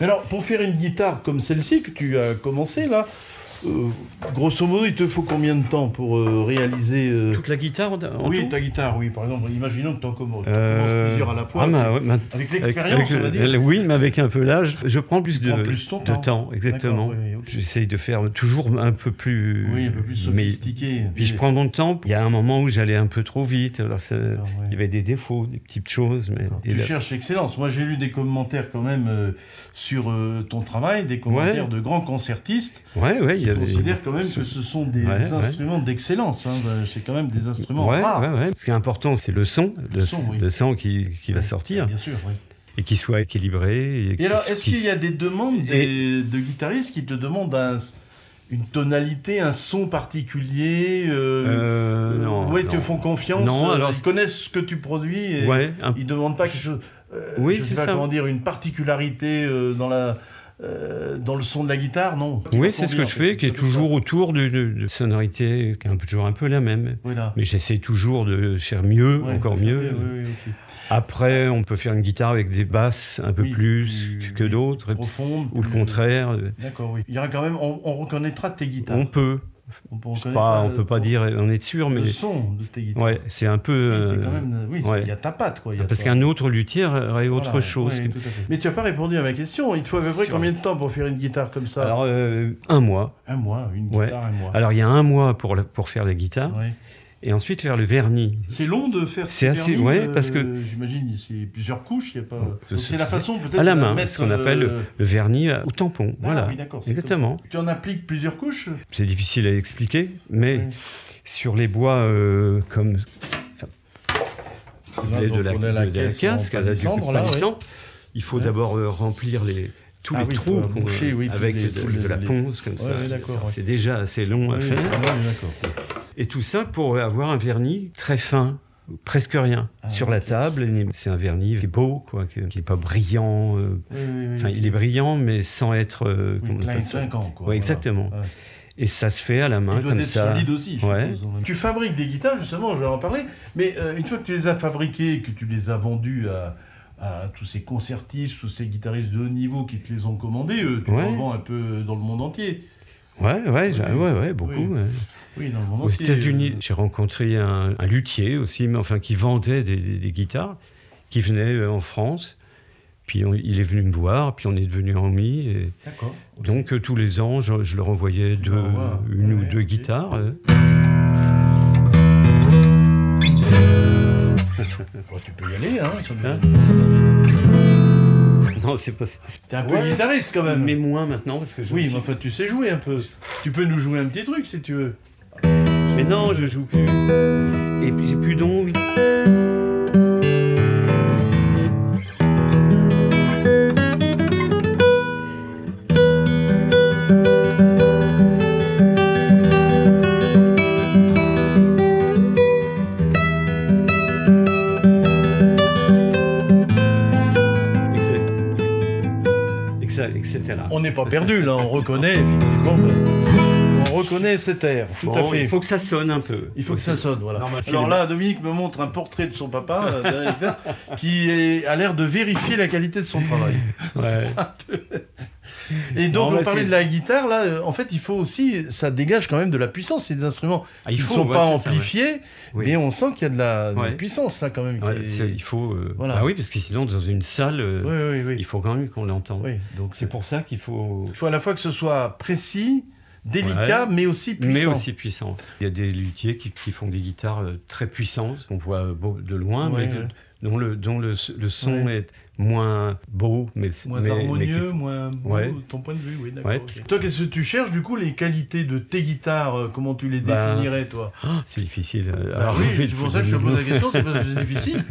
S2: Mais alors, pour faire une guitare comme celle-ci que tu as commencé là, euh, grosso modo, il te faut combien de temps pour euh, réaliser euh,
S3: Toute la guitare en- en
S2: Oui,
S3: tout
S2: ta guitare, oui. Par exemple, imaginons que tu en commandes t'en
S3: Euh,
S2: commences plusieurs à la fois.
S3: ah, bah, ouais, bah,
S2: avec l'expérience,
S3: avec-
S2: on va dire.
S3: euh, Oui, mais avec un peu l'âge, je prends plus
S2: Tu
S3: de
S2: prends plus ton
S3: de
S2: temps.
S3: exactement.
S2: D'accord, oui, oui, ok.
S3: J'essaye de faire toujours un peu plus.
S2: Oui, un peu plus
S3: mais-
S2: sophistiqué.
S3: puis je prends mon temps. Il y a un moment où j'allais un peu trop vite. Alors ça-
S2: ouais.
S3: Il y avait des défauts, des petites choses. Mais,
S2: Alors,
S3: et
S2: tu
S3: là-
S2: cherches l'excellence. Moi, j'ai lu des commentaires quand même euh, sur euh, ton travail, des commentaires de grands concertistes
S3: ouais, ouais, il y
S2: qui
S3: avait-
S2: considèrent quand même que ce sont des
S3: Ouais, ouais.
S2: instruments d'excellence. hein. Ben, C'est quand même des instruments
S3: Ouais,
S2: rares.
S3: ouais, ouais. Ce qui est important, c'est le son, le,
S2: Le son, oui.
S3: le son qui, qui va
S2: Ouais,
S3: sortir,
S2: Bien sûr, oui.
S3: et qui soit équilibré.
S2: Et alors, est-ce qu'il y a des demandes
S3: Et-
S2: des- de guitaristes qui te demandent un- une tonalité, un son particulier euh,
S3: Euh, non,
S2: Ouais, ils
S3: non.
S2: te font confiance.
S3: Non,
S2: euh,
S3: alors-
S2: Ils connaissent ce que tu produis et
S3: Ouais, un-
S2: ils ne demandent pas quelque chose. euh,
S3: Oui,
S2: je sais
S3: c'est
S2: pas
S3: ça.
S2: comment dire, une particularité euh, dans la. euh, dans le son de la guitare, non Tu
S3: Oui,
S2: vas
S3: c'est ce
S2: conduire,
S3: que je fais, qui est
S2: plutôt ça.
S3: toujours autour de, de- de sonorité, qui est un peu, toujours un peu la même.
S2: Voilà.
S3: Mais j'essaie toujours de faire mieux,
S2: Ouais,
S3: encore
S2: oui,
S3: mieux.
S2: oui, oui, ok.
S3: Après, on peut faire une guitare avec des basses un peu
S2: Oui, euh,
S3: plus
S2: plus-
S3: que d'autres, et-
S2: Profonde.
S3: ou le
S2: plus-
S3: contraire.
S2: D'accord, oui. Il y aura quand même, on, on reconnaîtra tes guitares.
S3: On peut.
S2: On, peut
S3: Pas,
S2: reconnaître
S3: on
S2: la-
S3: peut pas
S2: ton-
S3: dire, on est sûr, mais
S2: le son de tes guitares.
S3: ouais, c'est un peu.
S2: Si, c'est
S3: euh,
S2: quand même- oui, c'est- il
S3: ouais. Ah,
S2: y a ta patte, quoi. il y a
S3: Parce
S2: ta-
S3: qu'un autre luthier aurait
S2: Voilà,
S3: autre chose.
S2: oui, tout à fait. Mais tu n'as pas répondu à ma question. Il te faut à peu près
S3: Sûr.
S2: combien de temps pour faire une guitare comme ça
S3: Alors, euh, un mois.
S2: Un mois, une
S3: ouais.
S2: guitare, un mois.
S3: Alors, il y a un mois pour, la- pour faire la guitare,
S2: Ouais.
S3: et ensuite faire le vernis.
S2: C'est long de faire.
S3: C'est
S2: ce
S3: assez-
S2: vernis,
S3: ouais, parce que-
S2: j'imagine c'est plusieurs couches. Il y a pas.
S3: Ce-
S2: Donc,
S3: ce-
S2: C'est la façon peut-être
S3: À la
S2: de
S3: main,
S2: mettre,
S3: ce qu'on appelle
S2: euh,
S3: le vernis à- au tampon.
S2: ah,
S3: voilà.
S2: oui, d'accord, c'est
S3: Exactement.
S2: comme ça. Tu en appliques plusieurs couches.
S3: C'est difficile à expliquer, mais
S2: Ouais.
S3: sur les bois euh, comme les
S2: Ah, Donc,
S3: de la,
S2: on a
S3: de- de la
S2: caisse en
S3: casque, à la- du
S2: palissandre, là, ouais.
S3: palissandre, il faut
S2: Ouais.
S3: d'abord euh, remplir les, tous
S2: Ah
S3: les
S2: oui,
S3: trous
S2: faut
S3: qu'on-
S2: boucher, oui, tous
S3: avec
S2: les-
S3: de,
S2: tous les-
S3: de la
S2: les-
S3: ponce comme
S2: Ouais,
S3: ça.
S2: ouais, d'accord,
S3: Ça,
S2: ouais.
S3: C'est déjà assez long à
S2: Oui,
S3: faire.
S2: ah, oui, d'accord.
S3: Et tout ça pour avoir un vernis très fin, presque rien,
S2: Ah,
S3: sur la
S2: ok.
S3: table. et C'est un vernis qui est beau, quoi, que- qui n'est pas brillant. euh,
S2: Oui, oui, oui.
S3: Enfin, il est brillant, mais sans être. euh,
S2: Oui,
S3: comment on
S2: plein
S3: appelle ça
S2: cinq ans, quoi.
S3: Ouais, exactement.
S2: Voilà. Ah. Ouais.
S3: Et ça se fait à la main,
S2: Il doit
S3: comme
S2: être
S3: ça.
S2: solide aussi. je
S3: Ouais.
S2: suppose, en même temps. Tu fabriques des guitares, justement, je vais en parler. Mais euh, une fois que tu les as fabriquées, que tu les as vendues à, à tous ces concertistes, tous ces guitaristes de haut niveau qui te les ont commandées, eux, tu
S3: Ouais.
S2: les vends un peu dans le monde entier.
S3: Ouais, ouais, j'ai-
S2: Oui.
S3: ouais, ouais, beaucoup.
S2: Oui.
S3: ouais.
S2: Oui, dans le monde
S3: Aux
S2: entier. euh,
S3: États-Unis, j'ai rencontré un, un luthier aussi, mais enfin qui vendait des, des- des guitares, qui venait euh, en France. Puis on- il est venu me voir, puis on est devenu amis. et
S2: Euh, D'accord.
S3: donc euh, tous les ans, je, je leur envoyais deux,
S2: envoies,
S3: une
S2: Ah, ouais,
S3: ou deux
S2: ok.
S3: guitares. euh.
S2: Bon, tu peux y aller, hein. ça me-
S3: Hein Non, c'est pas ça.
S2: T'es un peu
S3: Ouais.
S2: guitariste quand même.
S3: Mais moins maintenant, parce que je-
S2: Euh, Oui, mais enfin, tu sais jouer un peu. Tu peux nous jouer un petit truc si tu veux.
S3: mais non, je joue plus. Et puis j'ai plus d'ongles. Etc. etc.
S2: On n'est pas perdu, là, on reconnaît, effectivement. euh, On reconnaît cet air, tout
S3: Bon,
S2: à fait.
S3: Il faut que ça sonne un peu.
S2: Il faut que ça sonne, voilà.
S3: Normal.
S2: Alors là, Dominique me montre un portrait de son papa, euh, derrière les fenêtres, qui est- a l'air de vérifier la qualité de son travail.
S3: Ouais.
S2: Et donc,
S3: Non,
S2: on
S3: mais
S2: parlait
S3: c'est-
S2: de la guitare, là, euh, en fait, il faut aussi, ça dégage quand même de la puissance, c'est des instruments
S3: Ah,
S2: qui
S3: il
S2: ne
S3: faut,
S2: sont
S3: ouais,
S2: pas
S3: c'est ça, ouais.
S2: amplifiés,
S3: Oui.
S2: mais on sent qu'il y a de la, de la
S3: Ouais.
S2: puissance, là, quand même. qui
S3: Ouais,
S2: est-
S3: c'est- il faut. euh,
S2: Voilà.
S3: bah oui, parce que sinon, dans une salle, euh,
S2: Oui, oui, oui.
S3: il faut quand même qu'on l'entende.
S2: Oui, donc euh,
S3: C'est pour ça qu'il faut.
S2: Il faut à la fois que ce soit précis, délicat, mais aussi puissant.
S3: Mais aussi puissant. Il y a des luthiers qui, qui font des guitares euh, très puissantes, qu'on voit beau- de loin,
S2: Ouais,
S3: mais que-
S2: ouais.
S3: dont, le, dont le, le son
S2: Ouais.
S3: est moins beau, mais
S2: Moins
S3: mais- mais qui-
S2: harmonieux, moins beau,
S3: Ouais.
S2: ton point de vue, oui, d'accord.
S3: Ouais,
S2: ok.
S3: parce que-
S2: Toi, qu'est-ce que tu cherches, du coup, les qualités de tes guitares euh, Comment tu les
S3: Bah,
S2: définirais, toi
S3: Ah, c'est difficile. euh, à
S2: Bah oui,
S3: arriver,
S2: c'est
S3: il
S2: pour
S3: faut
S2: ça que je te
S3: donner
S2: pose la
S3: le
S2: question, c'est parce que c'est difficile.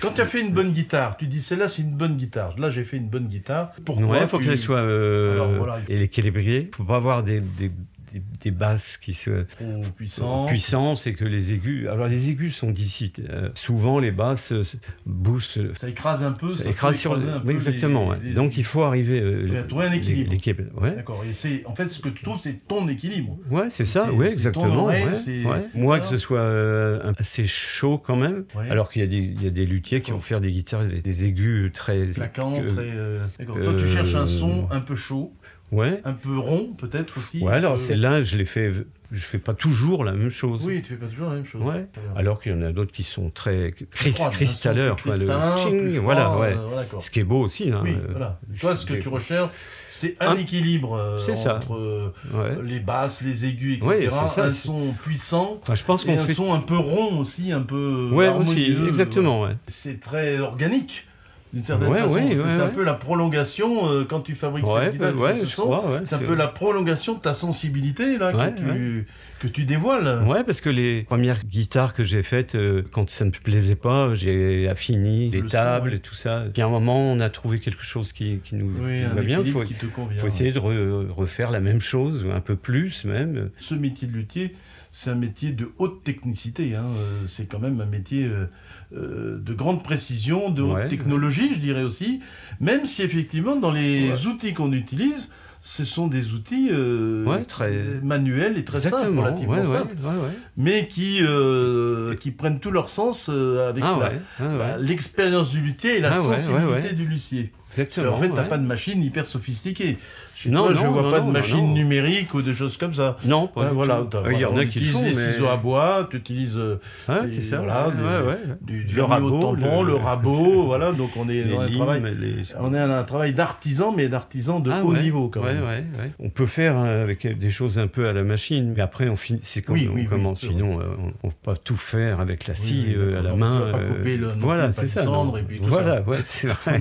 S2: Quand tu as fait une bonne guitare, tu dis celle-là, c'est une bonne guitare. Là, j'ai fait une bonne guitare.
S3: nom.
S2: Pourquoi
S3: Ouais, il faut
S2: tu-
S3: qu'elle soit euh,
S2: Alors, voilà.
S3: équilibrée. Il ne faut pas avoir des, des, des- des basses qui se.
S2: trop
S3: euh,
S2: puissante
S3: puissance et que les aigus. Alors les aigus sont d'ici. euh, souvent les basses euh, boostent. euh,
S2: Ça écrase un peu, ça,
S3: ça
S2: peut
S3: écrase sur
S2: écraser un peu
S3: oui, exactement.
S2: les-
S3: ouais.
S2: les-
S3: Donc il faut arriver. euh,
S2: Oui, à trouver un équilibre.
S3: les- l'équilibre, Ouais.
S2: D'accord, et c'est en fait ce que tu trouves, c'est ton équilibre.
S3: Ouais, c'est ça,
S2: C'est-
S3: ouais,
S2: c'est ton
S3: exactement.
S2: oreille,
S3: ouais,
S2: c'est-
S3: ouais. Moi,
S2: Voilà.
S3: que ce soit euh, un- assez chaud quand même,
S2: Ouais.
S3: alors qu'il y, a des- il y a des luthiers qui vont faire des guitares, des, des aigus très.
S2: Plaquant,
S3: euh,
S2: très. euh, D'accord. Toi, tu
S3: euh,
S2: cherches un son un peu chaud,
S3: Ouais.
S2: un peu rond peut-être aussi.
S3: Ouais, alors
S2: Euh,
S3: celle-là, je l'ai fait. Je fais pas toujours la même chose.
S2: Oui, tu fais pas toujours la même chose.
S3: Ouais. Ah, Alors qu'il y en a d'autres qui sont très
S2: Plus
S3: cris-
S2: froid, bien sûr,
S3: cristalleurs.
S2: plus
S3: quoi, le
S2: cristallin,
S3: tching,
S2: plus
S3: voilà,
S2: froid,
S3: ouais.
S2: euh, voilà, quoi.
S3: Ce qui est beau aussi. hein,
S2: Oui,
S3: euh,
S2: voilà. Toi, ce que
S3: des-
S2: tu recherches, c'est un
S3: Un-
S2: équilibre euh,
S3: C'est ça.
S2: entre euh,
S3: ouais.
S2: les basses, les aigus, etc.
S3: Oui, c'est
S2: un
S3: ça, c'est-
S2: son puissant
S3: Enfin, je pense
S2: et
S3: qu'on
S2: un
S3: fait.
S2: son un peu rond aussi, un peu euh,
S3: Ouais, aussi,
S2: harmonieux.
S3: exactement. ouais.
S2: C'est très organique. D'une certaine
S3: Ouais,
S2: façon,
S3: ouais,
S2: c'est
S3: ouais,
S2: c'est un
S3: ouais.
S2: peu la prolongation euh, quand tu fabriques
S3: Ouais,
S2: cette guitare,
S3: ouais,
S2: tu fais
S3: ouais,
S2: ce
S3: je
S2: son,
S3: crois, ouais,
S2: c'est un
S3: c'est-
S2: peu la prolongation de ta sensibilité là
S3: Ouais,
S2: que, tu, que tu dévoiles.
S3: Ouais, parce que les premières guitares que j'ai faites, euh, quand ça ne me plaisait pas, j'ai affini les
S2: Le son,
S3: tables
S2: ouais.
S3: et tout ça. Puis à un moment, on a trouvé quelque chose qui, qui nous qui
S2: Oui,
S3: nous
S2: un
S3: va bien.
S2: équilibre
S3: faut,
S2: qui te convient.
S3: faut essayer de re- refaire la même chose, un peu plus même.
S2: Ce métier de luthier, c'est un métier de haute technicité. hein, euh, C'est quand même un métier euh, euh, de grande précision, de haute
S3: Ouais,
S2: technologie, je dirais aussi. Même si effectivement, dans les outils qu'on utilise, ce sont des outils euh,
S3: Ouais, très-
S2: manuels et très simples,
S3: Exactement.
S2: relativement
S3: ouais, ouais,
S2: simples,
S3: ouais, ouais.
S2: mais qui, euh, qui prennent tout leur sens euh, avec
S3: Ah
S2: la- bah,
S3: ouais, ouais, ouais.
S2: la- l'expérience du luthier et la
S3: Ah ouais, ouais,
S2: sensibilité
S3: ouais.
S2: du luthier. Parce
S3: Exactement.
S2: qu'en fait, t'as
S3: ouais.
S2: pas de machine hyper sophistiquée. Chez
S3: Non,
S2: toi,
S3: non,
S2: je vois
S3: non,
S2: pas de
S3: non, non,
S2: machine
S3: non.
S2: numérique ou de choses comme ça.
S3: Non, pas
S2: Ouais,
S3: du
S2: voilà,
S3: tout. Ah,
S2: t'as-
S3: Il y
S2: voilà,
S3: en
S2: on
S3: a qui le
S2: utilise
S3: font,
S2: les
S3: mais-
S2: ciseaux à bois, tu utilises euh,
S3: Ouais,
S2: des-
S3: c'est ça.
S2: voilà,
S3: ouais,
S2: des-
S3: ouais, ouais.
S2: du, le au tampon, le, rabot, voilà, donc on est
S3: les
S2: dans un
S3: limes,
S2: travail,
S3: les-
S2: on est dans un travail d'artisan, mais d'artisan de
S3: Ah
S2: haut
S3: ouais,
S2: niveau quand
S3: ouais,
S2: même.
S3: ouais, ouais. On peut faire euh, avec des choses un peu à la machine, mais après on finit. C'est quand
S2: Oui,
S3: on
S2: oui, oui,
S3: commence.
S2: c'est
S3: sinon, euh, on, on peut pas tout faire avec la scie
S2: oui,
S3: euh,
S2: d'accord.
S3: à la
S2: Donc,
S3: main.
S2: tu vas pas couper le- non
S3: voilà,
S2: plus, pas
S3: c'est ça.
S2: descendre
S3: non.
S2: et puis tout
S3: voilà,
S2: ça.
S3: ouais, c'est vrai.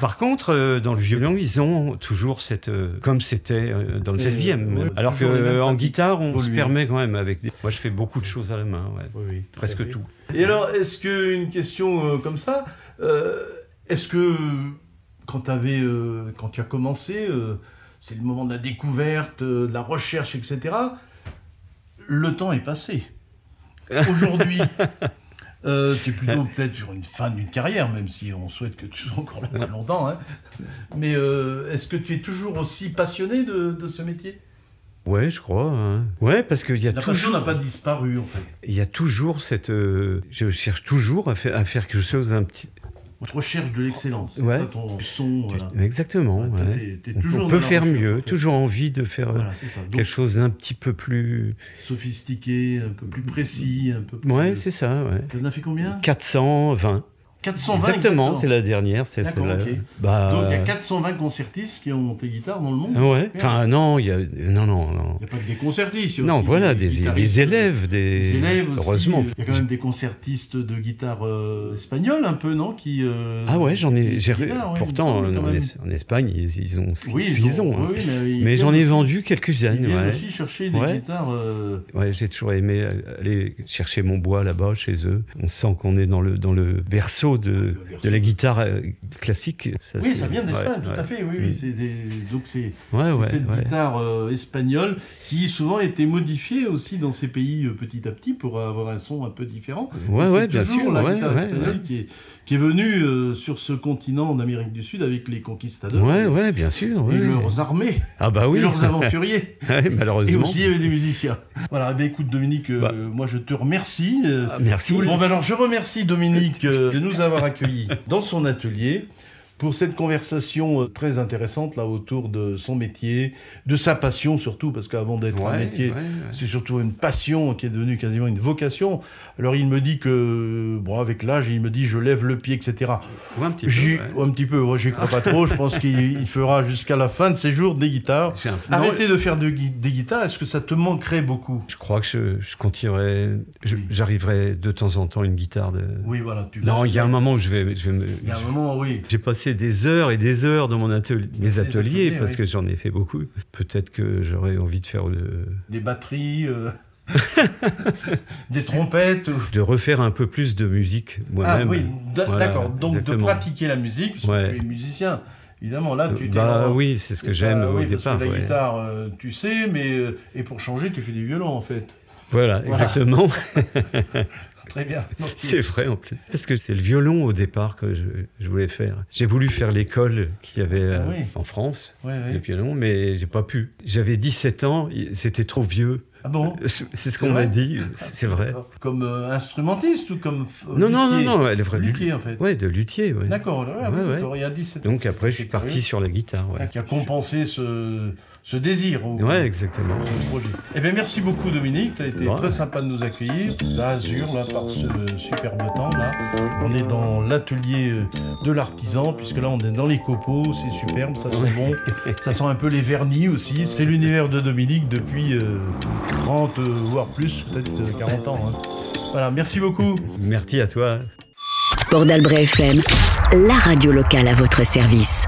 S3: Par contre, euh, dans le violon, ils ont toujours cette euh, comme c'était euh, dans le
S2: Et,
S3: 16e. même.
S2: ouais,
S3: Alors que
S2: toujours les mêmes
S3: euh, en
S2: pratiques hein.
S3: guitare, on se
S2: polluées.
S3: permet quand même avec. Des... Moi, je fais beaucoup de choses à la main. ouais.
S2: Oui, oui, tout à
S3: Presque
S2: fait.
S3: tout.
S2: Et alors, est-ce que une question euh, comme ça, euh, est-ce que quand, t'avais, euh, quand tu as commencé, euh, c'est le moment de la découverte, euh, de la recherche, etc. Le temps est passé. Aujourd'hui, euh, tu es plutôt peut-être sur une fin d'une carrière, même si on souhaite que tu sois encore là très longtemps. hein. Mais euh, est-ce que tu es toujours aussi passionné de, de ce métier
S3: Ouais, je crois. hein. Ouais, parce qu'il y a
S2: La passion
S3: toujours.
S2: n'a pas disparu, en fait.
S3: Il y a toujours cette. euh, je cherche toujours à faire, à faire quelque chose un petit.
S2: Notre recherche de l'excellence, c'est
S3: Ouais.
S2: ça ton son. Voilà.
S3: Exactement.
S2: Ouais,
S3: ouais.
S2: Ah, t'es- t'es
S3: On-
S2: toujours
S3: on
S2: dans
S3: peut
S2: la
S3: faire
S2: recherche,
S3: mieux,
S2: en fait.
S3: toujours envie de faire euh,
S2: Voilà, c'est ça. Donc,
S3: quelque chose d'un petit peu plus.
S2: sophistiqué, un peu plus précis, un peu plus. Hein
S3: Ouais, c'est ça. ouais.
S2: T'en as fait combien
S3: 420.
S2: 420
S3: exactement, c'est la dernière, c'est
S2: D'accord,
S3: celle-là.
S2: ok.
S3: Bah,
S2: Donc il y a 420 concertistes qui ont monté guitare dans le monde.
S3: ouais. Enfin non, il y a non non non.
S2: Il n'y a pas que des concertistes. il y a
S3: Non,
S2: aussi
S3: voilà des, des
S2: guitaristes,
S3: élèves, des,
S2: Des élèves aussi.
S3: heureusement.
S2: Il y a quand même des concertistes de guitare euh, espagnole, un peu, non qui, euh,
S3: Ah ouais, j'en ai,
S2: qui-
S3: j'ai-
S2: qui guitare, ouais,
S3: pourtant
S2: il me semble,
S3: en,
S2: quand même.
S3: Es- en Espagne ils, ils ont
S2: Oui,
S3: 6
S2: ils ont-
S3: ans. hein.
S2: oui, oui, mais ils
S3: Mais j'en ai
S2: viennent-
S3: vendu
S2: Ils
S3: quelques-unes.
S2: viennent
S3: ouais.
S2: aussi chercher des
S3: Ouais.
S2: guitares. euh,
S3: Ouais, j'ai toujours aimé aller chercher mon bois là-bas, chez eux. On sent qu'on est dans le, dans le berceau de, de la guitare euh, classique.
S2: Oui,
S3: c'est-
S2: ça vient d'Espagne,
S3: ouais,
S2: tout
S3: ouais.
S2: à fait. Oui, oui,
S3: Mm.
S2: c'est des- donc c'est
S3: Ouais,
S2: c'est
S3: Ah ouais,
S2: cette
S3: ouais.
S2: guitare euh, espagnole qui souvent a été modifiée aussi dans ces pays euh, petit à petit pour avoir un son un peu différent.
S3: Ouais,
S2: Et
S3: ouais,
S2: c'est
S3: bien
S2: toujours
S3: sûr.
S2: La
S3: ouais,
S2: guitare
S3: ouais,
S2: espagnole Qui, est, qui est venue euh, sur ce continent d'Amérique du Sud avec les
S3: ouais.
S2: conquistadors
S3: Ouais,
S2: et,
S3: ouais, bien sûr. ouais.
S2: leurs armées,
S3: Ah bah oui.
S2: et leurs aventuriers,
S3: Ouais,
S2: et
S3: malheureusement.
S2: aussi il y avait des musiciens. Voilà, eh bien, écoute Dominique, euh,
S3: Bah.
S2: moi je te remercie. euh,
S3: Ah, merci.
S2: Bon, ben alors, je remercie Dominique euh, de nous avoir accueillis dans son atelier pour cette conversation euh, très intéressante là autour de son métier, de sa passion surtout, parce qu'avant d'être
S3: Ouais,
S2: un métier,
S3: ouais, ouais.
S2: c'est surtout une passion qui est devenue quasiment une vocation. Alors il me dit que, bon, avec l'âge, il me dit je lève le pied, etc.
S3: Ouais, un petit peu,
S2: J'y-
S3: ouais.
S2: Un petit peu, moi j'y crois pas trop, je pense qu'il il fera jusqu'à la fin de ses jours des guitares.
S3: J'ai un-
S2: Arrêter de faire de gui- des guitares, est-ce que ça te manquerait beaucoup
S3: Je crois que je, je continuerai. je-
S2: Oui.
S3: J'arriverai de temps en temps une guitare de.
S2: Oui, voilà. Tu
S3: Non, il y a un moment où je vais. Je vais me-
S2: Il y a un moment, oui.
S3: J'ai passé des heures et des heures dans mon atelier, mes ateliers,
S2: ateliers,
S3: parce
S2: oui.
S3: que j'en ai fait beaucoup. Peut-être que j'aurais envie de faire de,
S2: des batteries, euh, des trompettes. ou-
S3: de refaire un peu plus de musique
S2: Ah
S3: moi-même.
S2: oui, d-
S3: Voilà,
S2: d'accord. Donc de
S3: exactement.
S2: pratiquer la musique, puisque
S3: Ouais.
S2: tu es musicien. Évidemment, là, Ah, tu t'es
S3: Bah
S2: dans-
S3: oui, c'est ce que j'aime
S2: Bah
S3: au
S2: oui, parce
S3: départ.
S2: que la
S3: ouais.
S2: guitare, euh, tu sais, mais euh, et pour changer, tu fais du violon en fait. Ah,
S3: Voilà, exactement.
S2: Très bien. Donc, tu-
S3: c'est vrai en plus. Parce que c'est le violon au départ que je, je voulais faire. J'ai voulu faire l'école qu'il y avait euh,
S2: Ah oui.
S3: en France.
S2: Ouais,
S3: Le
S2: ouais.
S3: violon, mais j'ai pas pu. J'avais 17 ans, il- c'était trop vieux.
S2: Ah bon
S3: C'est c'est ce
S2: C'est
S3: qu'on
S2: vrai
S3: m'a dit, c'est vrai.
S2: Comme euh, instrumentiste ou comme. euh,
S3: Non, non, non,
S2: luthier
S3: non, elle est vraie
S2: Luthier, en fait.
S3: Ouais, de luthier, ouais.
S2: D'accord, ouais,
S3: Ouais,
S2: oui,
S3: ouais.
S2: d'accord, il y a 17
S3: Donc après, je suis
S2: C'est
S3: parti
S2: curieux.
S3: sur la guitare, ouais.
S2: qui a compensé ce, ce désir. Au,
S3: Ouais, exactement.
S2: au projet. Eh bien, merci beaucoup, Dominique. Tu as été
S3: Ouais.
S2: très sympa de nous accueillir. Là, Azur, là, par ce superbe temps, là. On est dans l'atelier euh, de l'artisan, puisque là, on est dans les copeaux. C'est superbe, ça sent bon. Ça sent un peu les vernis aussi. C'est l'univers de Dominique depuis euh, 30, euh, voire plus, peut-être euh, 40 ans. hein. Voilà, merci beaucoup.
S3: Merci à toi. hein.
S4: Port d'Albret FM, la radio locale à votre service.